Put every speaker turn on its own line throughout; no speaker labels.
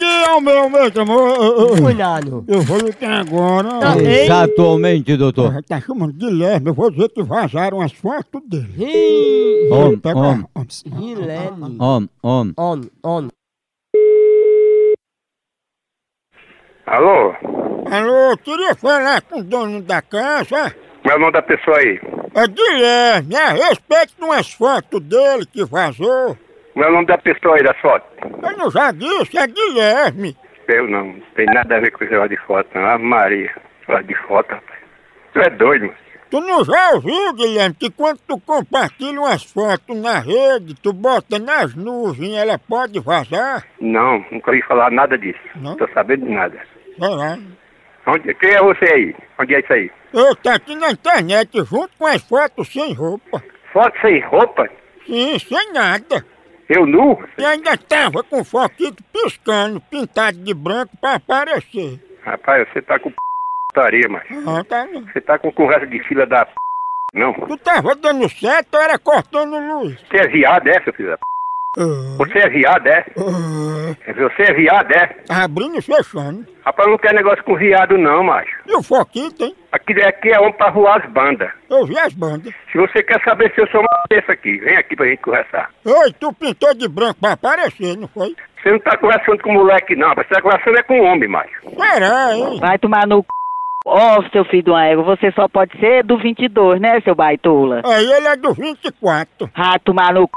Não, é meu, meu, eu, eu, eu,
Cuidado.
eu vou ligar agora.
Tá. Ei.
Exatamente, doutor.
Porra, tá chamando Guilherme, eu vou dizer que vazaram as fotos dele.
Ih,
Homem,
Pega-
homem,
Guilherme.
homem, homem.
On, on.
Alô?
Alô, eu queria falar com o dono da casa.
Qual é o nome da pessoa aí?
É Guilherme, a respeito de umas fotos dele que vazou.
Qual é o nome da pessoa aí da foto?
Eu não já disse, é Guilherme.
Eu não, não tem nada a ver com esse negócio de foto, não. Ave Maria, negócio de foto, rapaz. Tu é doido, mano.
Tu não já ouviu, Guilherme, que quando tu compartilha umas fotos na rede, tu bota nas nuvens, ela pode vazar?
Não, nunca ouvi falar nada disso.
Não?
Não tô sabendo de nada.
Será?
Onde, quem é você aí? Onde é isso aí?
Eu tô aqui na internet junto com as fotos sem roupa.
Foto sem roupa?
Sim, sem nada.
Eu nu?
E ainda tava com o foquito piscando, pintado de branco pra aparecer.
Rapaz, você tá com putaria, mas
Ah, tá não.
Você tá com conversa de fila da p... Não.
Tu tava dando certo, eu era cortando luz.
Você é viado, é, seu filho da p... Você é viado, é?
Ah,
Você é viado, é?
ah, abrindo e fechando.
Rapaz, não quer negócio com viado, não, macho.
E o foquito, hein?
Aqui, aqui é homem pra voar as bandas.
Eu vi as bandas.
Se você quer saber se eu sou uma cabeça aqui, vem aqui pra gente conversar.
Ei, tu pintou de branco pra aparecer, não foi?
Você não tá conversando com moleque, não. Você tá conversando é com homem, macho.
Será, hein?
Vai tomar no c... Ó, seu filho de uma égua, você só pode ser do 22, né, seu baitola?
Aí ele é do 24.
Vai tomar no c...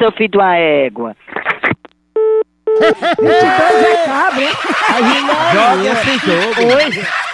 seu filho de uma égua.
Joga esse assim, jogo.
Oi.